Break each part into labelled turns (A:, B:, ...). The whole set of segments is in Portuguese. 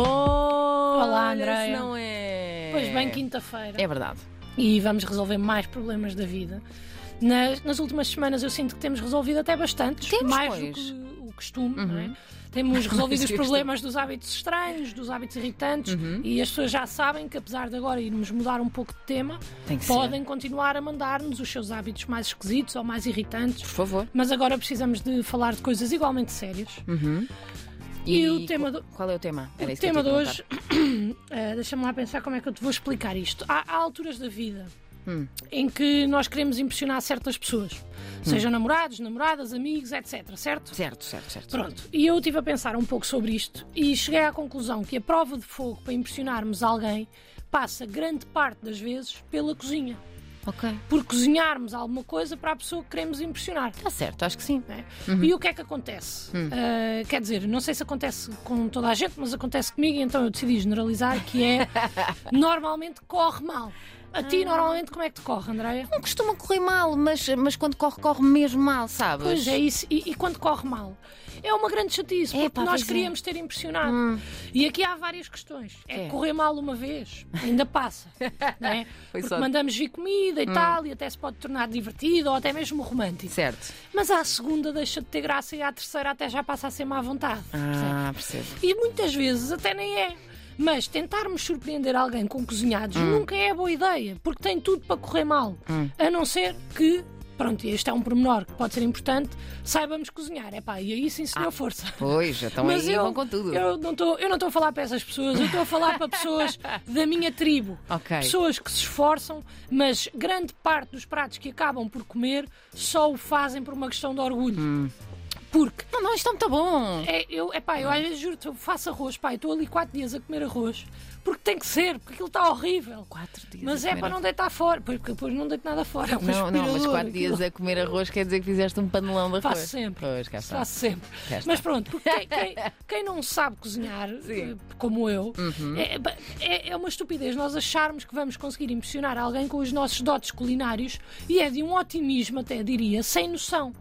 A: Olá, Andréia.
B: Não é.
A: Pois bem, quinta-feira.
B: É verdade.
A: E vamos resolver mais problemas da vida. Nas, nas últimas semanas eu sinto que temos resolvido até bastante,
B: Temos,
A: mais
B: pois. Uhum.
A: do que o costume, não é? Temos resolvido os
B: que o
A: problemas dos hábitos estranhos, dos hábitos irritantes,
B: Uhum.
A: e as pessoas já sabem que, apesar de agora irmos mudar um pouco de tema,
B: Tem que ser.
A: podem continuar a mandar-nos os seus hábitos mais esquisitos ou mais irritantes.
B: Por favor.
A: Mas agora precisamos de falar de coisas igualmente sérias. E, o tema do,
B: qual, qual é o tema? Era
A: o
B: isso que eu
A: tema de
B: tinha que
A: hoje, eh, deixa-me lá pensar como é que eu te vou explicar isto. Há, há alturas da vida
B: Hum.
A: em que nós queremos impressionar certas pessoas, sejam namorados, namoradas, amigos, etc. Certo?
B: perguntar. Certo, certo, certo.
A: Pronto, e eu estive a pensar um pouco sobre isto e cheguei à conclusão que a prova de fogo para impressionarmos alguém passa grande parte das vezes pela cozinha.
B: Ok.
A: Por cozinharmos alguma coisa para a pessoa que queremos impressionar.
B: Está Tá certo, acho que sim.
A: né?
B: Uhum.
A: E o que é que acontece?
B: Hum.
A: Ah, quer dizer, não sei se acontece com toda a gente, mas acontece comigo, então eu decidi generalizar que é normalmente corre mal. A ti
B: Ah.
A: normalmente como é que te corre, Andréia?
B: Não costuma correr mal, mas, mas quando corre, corre mesmo mal, sabes?
A: Pois é isso, e, e quando corre mal? É uma grande chatice, porque
B: Epá,
A: nós
B: pois é. Hum.
A: queríamos ter impressionado. E aqui há várias questões. É,
B: É.
A: correr mal uma vez, ainda passa. né?
B: Foi
A: Porque
B: só- Hum.
A: mandamos vir comida e tal, e até se pode tornar divertido ou até mesmo romântico.
B: Certo.
A: Mas à segunda deixa de ter graça e à terceira até já passa a ser má vontade. percebe?
B: Ah, percebo.
A: E muitas vezes até nem é. Mas tentarmos surpreender alguém com cozinhados
B: Hum.
A: nunca é boa ideia, porque tem tudo para correr mal. A não ser que, pronto, e este é um pormenor que pode ser importante, saibamos cozinhar. É pá, e aí sim, senhor, força.
B: Pois, Ah. então
A: Mas
B: aí
A: eu,
B: vão com tudo.
A: eu não estou eu não estou a falar para essas pessoas, eu estou a falar para pessoas da minha tribo.
B: Ok.
A: Pessoas que se esforçam, mas grande parte dos pratos que acabam por comer só o fazem por uma questão de orgulho.
B: Hum.
A: Porque
B: Não, não, isto é muito bom.
A: é, eu, epá, eu às vezes juro-te, eu faço arroz, pá, eu estou ali quatro dias a comer arroz, porque tem que ser, porque aquilo está horrível.
B: Quatro dias.
A: Mas
B: a
A: é
B: comer
A: para não deitar fora, porque depois não deito nada fora. é um
B: Não, não, mas
A: aspirador,
B: quatro dias
A: aquilo.
B: a comer arroz quer dizer que fizeste um panelão de arroz.
A: Faço sempre.
B: Pois, cá está.
A: Faço sempre.
B: Já está.
A: Mas pronto, porque quem, quem- quem não sabe cozinhar, eh, como eu,
B: Uhum.
A: é, é- é uma estupidez nós acharmos que vamos conseguir impressionar alguém com os nossos dotes culinários e é de um otimismo, até diria, sem noção.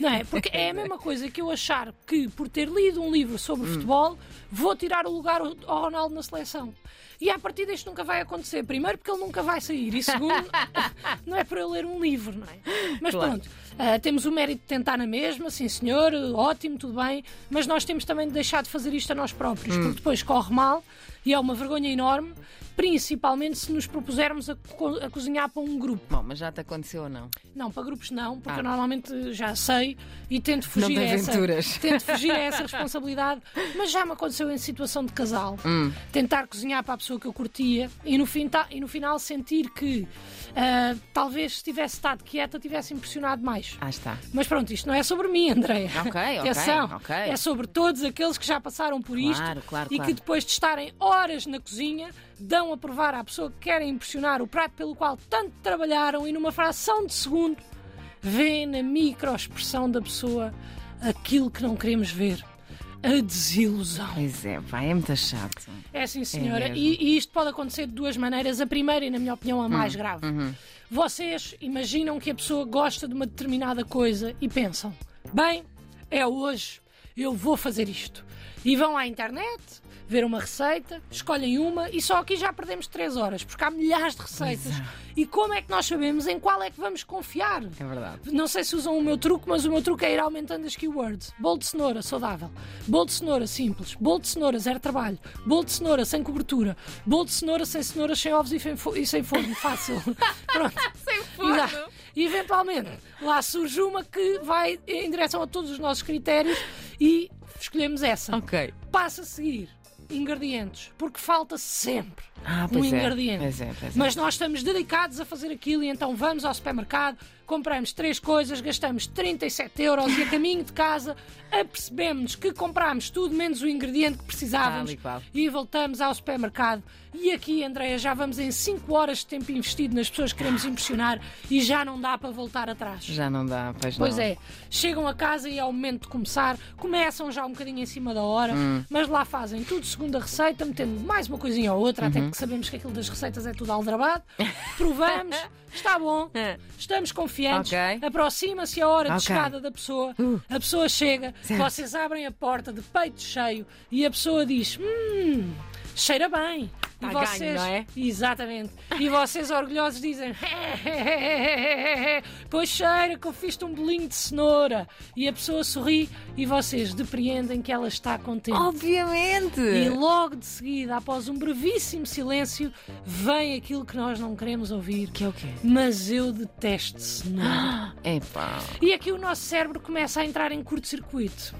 A: Não é? Porque é a mesma coisa que eu achar que, por ter lido um livro sobre
B: Hum.
A: futebol, vou tirar o lugar ao ao Ronaldo na seleção. E a partir disto nunca vai acontecer. Primeiro, porque ele nunca vai sair. E segundo, não é para eu ler um livro, não é? Mas
B: Claro.
A: pronto, ah, temos o mérito de tentar na mesma, sim senhor, ótimo, tudo bem, mas nós temos também de deixar de fazer isto a nós próprios,
B: Hum.
A: porque depois corre mal e é uma vergonha enorme, principalmente se nos propusermos a, co- a cozinhar para um grupo.
B: Bom, mas já te aconteceu ou não?
A: Não, para grupos não,
B: Ah.
A: porque eu normalmente já sei e tento fugir
B: tem
A: a essa,
B: aventuras.
A: Tento fugir a essa responsabilidade, mas já me aconteceu em situação de casal.
B: Hum.
A: Tentar cozinhar para a pessoa que eu curtia e no, fim, ta- e no final sentir que ah, talvez se tivesse estado quieta tivesse impressionado mais.
B: Ah, está.
A: Mas pronto, isto não é sobre mim, Andréia.
B: Ok, ok,
A: Atenção,
B: ok.
A: É sobre todos aqueles que já passaram por isto
B: Claro, claro,
A: e
B: claro.
A: que depois de estarem horas na cozinha dão a provar à pessoa que querem impressionar o prato pelo qual tanto trabalharam e numa fração de segundo vêem na microexpressão da pessoa aquilo que não queremos ver. A desilusão.
B: Pois é, pá, é muito chato.
A: É Hum, sim, senhora.
B: mesmo.
A: e, e isto pode acontecer de duas maneiras. A primeira, e na minha opinião, a mais grave. Vocês imaginam que a pessoa gosta de uma determinada coisa e pensam: bem, é hoje, eu vou fazer isto. E vão à internet, ver uma receita, escolhem uma e só aqui já perdemos três horas, porque há milhares de receitas. E como é que nós sabemos em qual é que vamos confiar?
B: É verdade.
A: Não sei se usam o meu truque, mas o meu truque é ir aumentando as keywords. Bolo de cenoura saudável, bolo de cenoura simples, bolo de cenoura zero trabalho, bolo de cenoura sem cobertura, bolo de cenoura sem cenouras, sem ovos e, sem fo- e sem forno, fácil. Pronto.
B: Sem
A: E dá- E eventualmente lá surge uma que vai em direção a todos os nossos critérios e escolhemos essa.
B: Ok.
A: Passa a seguir ingredientes, porque falta sempre
B: Ah,
A: um
B: pois é,
A: ingrediente.
B: pois é, pois é.
A: Mas nós estamos dedicados a fazer aquilo e então vamos ao supermercado, compramos três coisas, gastamos 37 euros e a caminho de casa apercebemos que comprámos tudo menos o ingrediente que precisávamos
B: Tal e qual.
A: e voltamos ao supermercado. E aqui, Andréia, já vamos em 5 horas de tempo investido nas pessoas que queremos impressionar e já não dá para voltar atrás.
B: Já não dá, pois,
A: Pois
B: não.
A: é, chegam a casa e é o momento de começar, começam já um bocadinho em cima da hora, mas lá fazem tudo segundo a receita, metendo mais uma coisinha ou outra, até que sabemos que aquilo das receitas é tudo aldrabado. Provamos, está bom, estamos confiantes.
C: Ok.
A: Aproxima-se a hora de
C: Ok. Uh.
A: chegada da pessoa, a pessoa chega, vocês abrem a porta de peito cheio e a pessoa diz: Hum, cheira bem. E
C: Tá ganho,
A: vocês,
C: não é?
A: Exatamente. E vocês orgulhosos dizem: Pois cheira que eu fiz-te um bolinho de cenoura. E a pessoa sorri e vocês depreendem que ela está contente.
C: Oh.
A: E
C: Obviamente!
A: logo de seguida, após um brevíssimo silêncio, vem aquilo que nós não queremos ouvir.
C: Que é o quê?
A: Mas eu detesto cenoura.
C: Epá.
A: E aqui o nosso cérebro começa a entrar em curto-circuito.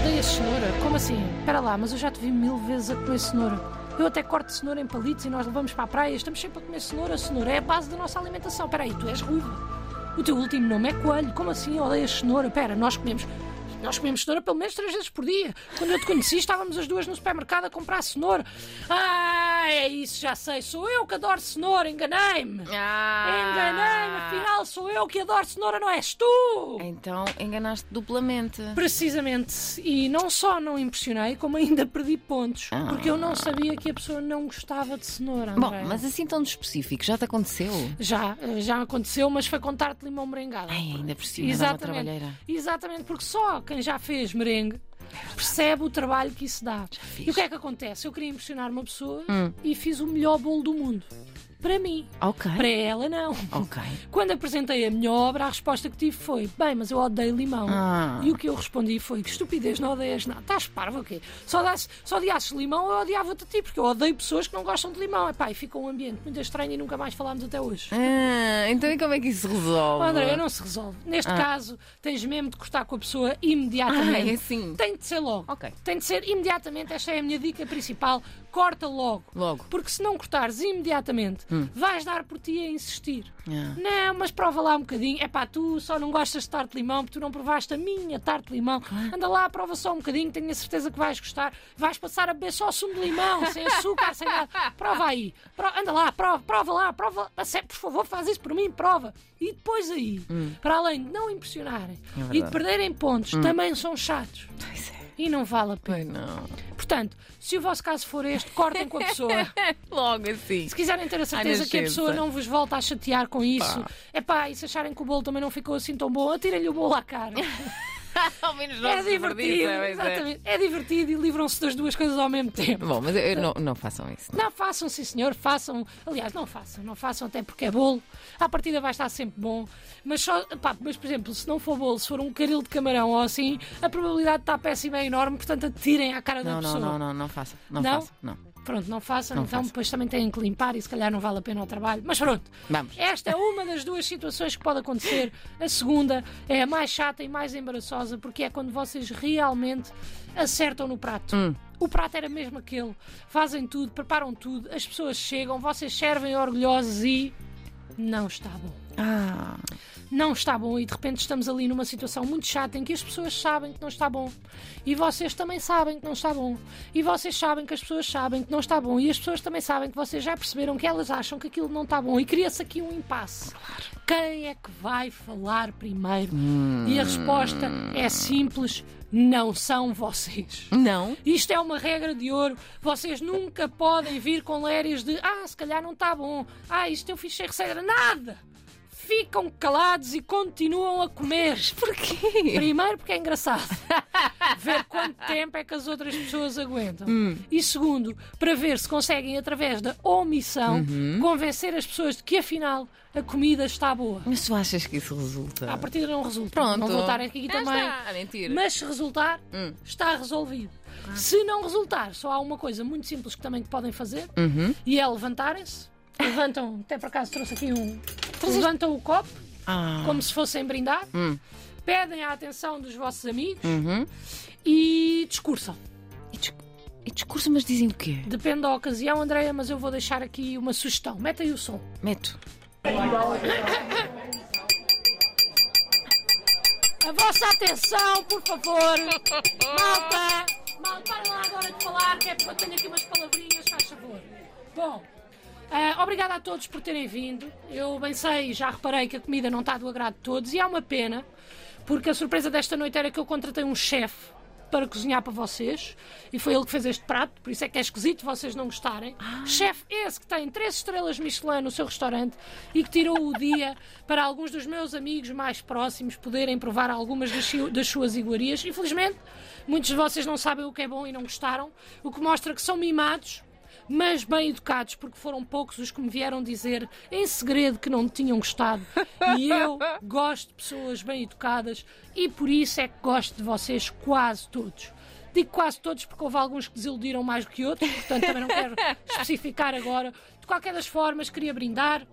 A: Odeio a cenoura? Como assim? Espera lá, mas eu já te vi mil vezes a comer cenoura. Eu até corto cenoura em palitos e nós levamos para a praia. Estamos sempre a comer cenoura. Cenoura é a base da nossa alimentação. Espera aí, tu és ruiva. O teu último nome é coelho. Como assim? Odeias cenoura? Espera, nós comemos... Nós comemos cenoura pelo menos três vezes por dia. Quando eu te conheci, estávamos as duas no supermercado a comprar cenoura. Ah, é isso, já sei. Sou eu que adoro cenoura. Enganei-me. Ah! Enganei-me, afinal sou eu que adoro cenoura, não és tu!
C: Então enganaste duplamente.
A: Precisamente, e não só não impressionei, como ainda perdi pontos,
C: Ah.
A: porque eu não sabia que a pessoa não gostava de cenoura.
C: Bom,
A: Andréa.
C: mas assim tão específico, já te aconteceu?
A: Já, eh, já aconteceu, mas foi com tarte de limão merengada.
C: Ai, ainda por cima, dá uma trabalheira. É
A: Exatamente, porque só quem já fez merengue percebe o trabalho que isso dá.
C: fiz. Hum.
A: E o que é que acontece? Eu queria impressionar uma pessoa e fiz o melhor bolo do mundo. Para mim.
C: Ok.
A: Para ela, não.
C: Ok.
A: Quando apresentei a minha obra, a resposta que tive foi: Bem, mas eu odeio limão.
C: Ah.
A: E o que eu respondi foi: Que estupidez, não odeias nada. Estás parvo o quê? Só, das, só odiasses limão, eu odiava-te a ti, porque eu odeio pessoas que não gostam de limão. Epá, e fica um ambiente muito estranho e nunca mais falámos até hoje.
C: Ah, então e como é que isso se resolve?
A: André, não se resolve. Neste caso, tens mesmo de cortar com a pessoa imediatamente.
C: Ah, é assim?
A: Tem de ser logo.
C: Ok.
A: Tem de ser imediatamente. Esta é a minha dica principal. Corta logo.
C: Logo. Hum.
A: Porque se não cortares imediatamente, vais dar por ti a insistir.
C: Ah.
A: Não, mas prova lá um bocadinho. É pá, tu só não gostas de tarte de limão porque tu não provaste a minha tarte de limão. Anda lá, prova só um bocadinho. Tenho a certeza que vais gostar. Vais passar a beber só sumo de limão, sem açúcar, sem nada. Prova aí. Pro- anda lá, prova, prova lá, prova. A sério, Por favor, faz isso por mim, prova. E depois aí, para além de não impressionarem e de
C: Hum. É verdade. Hum.
A: perderem pontos, também são chatos.
C: Pois é.
A: E não vale a
C: Ai,
A: pena.
C: não.
A: Portanto, se o vosso caso for este, cortem com a pessoa.
C: Logo assim.
A: Se quiserem ter a certeza
C: Ai, é.
A: que a
C: nojenta.
A: pessoa não vos volta a chatear com isso, é pá, e se acharem que o bolo também não ficou assim tão bom, atirem-lhe o bolo à cara.
C: Ao menos não
A: é
C: se desperdiça,
A: divertido,
C: pois é.
A: exatamente. É divertido e livram-se das duas coisas ao mesmo tempo.
C: Bom, mas eu- eu não, não façam isso.
A: Não façam, sim senhor, façam. Aliás, não façam, não façam até porque é bolo. À partida vai estar sempre bom. Mas só, pá, mas por exemplo, se não for bolo, se for um caril de camarão ou assim, a probabilidade de estar péssima é enorme, portanto atirem à cara da
C: Não, não,
A: pessoa.
C: não, não, não façam. Não,
A: Não?
C: façam. Não.
A: Pronto, não façam,
C: Não
A: então
C: façam.
A: depois também têm que limpar e se calhar não vale a pena o trabalho. Mas pronto,
C: Vamos.
A: esta é uma das duas situações que pode acontecer. A segunda é a mais chata e mais embaraçosa, porque é quando vocês realmente acertam no prato.
C: Hum.
A: O prato era mesmo aquele. Fazem tudo, preparam tudo, as pessoas chegam, vocês servem orgulhosos e não está bom
C: Ah,
A: não está bom e de repente estamos ali numa situação muito chata em que as pessoas sabem que não está bom e vocês também sabem que não está bom e vocês sabem que as pessoas sabem que não está bom e as pessoas também sabem que vocês já perceberam que elas acham que aquilo não está bom e cria-se aqui um impasse. Quem é que vai falar primeiro? E a resposta é simples: não são vocês.
C: não.
A: Isto é uma regra de ouro. Vocês nunca podem vir com lérias de ah, se calhar não está bom, ah, isto eu fiz sem receita. Nada! Ficam calados e continuam a comer.
C: Porquê?
A: Primeiro porque é engraçado ver quanto tempo é que as outras pessoas aguentam. E segundo, para ver se conseguem, através da omissão, convencer as pessoas de que afinal a comida está boa.
C: Mas tu achas que isso resulta?
A: À partida não resulta.
C: Pronto.
A: Não vou estar aqui
C: Já
A: também.
C: está, é mentira.
A: Mas se resultar, está resolvido. Se não resultar, só há uma coisa muito simples que também podem fazer
C: Hum. Uhum.
A: e é levantarem-se. Levantam, até por acaso trouxe aqui um. Levantam o copo,
C: Ah.
A: como se fossem brindar, pedem a atenção dos vossos amigos
C: Hum. Uhum.
A: e discursam.
C: E, dis- e discurso, mas dizem o quê?
A: Depende da ocasião, Andreia, mas eu vou deixar aqui uma sugestão. Mete aí o som.
C: Meto.
A: A vossa atenção, por favor. Malta, malta, parem lá agora de falar, que é porque eu tenho aqui umas palavrinhas, faz favor. Bom, ah, obrigada a todos por terem vindo. Eu bem sei, já reparei que a comida não está do agrado de todos e é uma pena, porque a surpresa desta noite era que eu contratei um chefe para cozinhar para vocês e foi ele que fez este prato, por isso é que é esquisito vocês não gostarem. Chefe esse que tem três estrelas Michelin no seu restaurante e que tirou o dia para alguns dos meus amigos mais próximos poderem provar algumas das, siu- das suas iguarias. Infelizmente, muitos de vocês não sabem o que é bom e não gostaram, o que mostra que são mimados. Mas bem educados, porque foram poucos os que me vieram dizer em segredo que não tinham gostado. E eu gosto de pessoas bem educadas e por isso é que gosto de vocês quase todos. Digo quase todos porque houve alguns que desiludiram mais do que outros, portanto também não quero especificar agora. De qualquer das formas, queria brindar,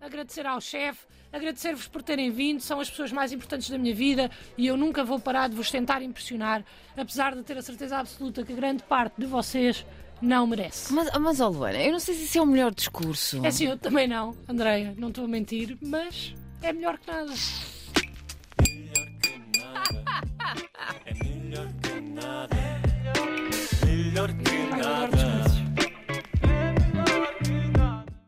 A: agradecer ao chefe, agradecer-vos por terem vindo, são as pessoas mais importantes da minha vida e eu nunca vou parar de vos tentar impressionar, apesar de ter a certeza absoluta que grande parte de vocês não merece.
C: Mas, mas ó Luana, eu não sei se isso é o melhor discurso.
A: É assim, eu também não, Andreia, não estou a mentir, mas é melhor que nada.
D: É Melhor É que nada.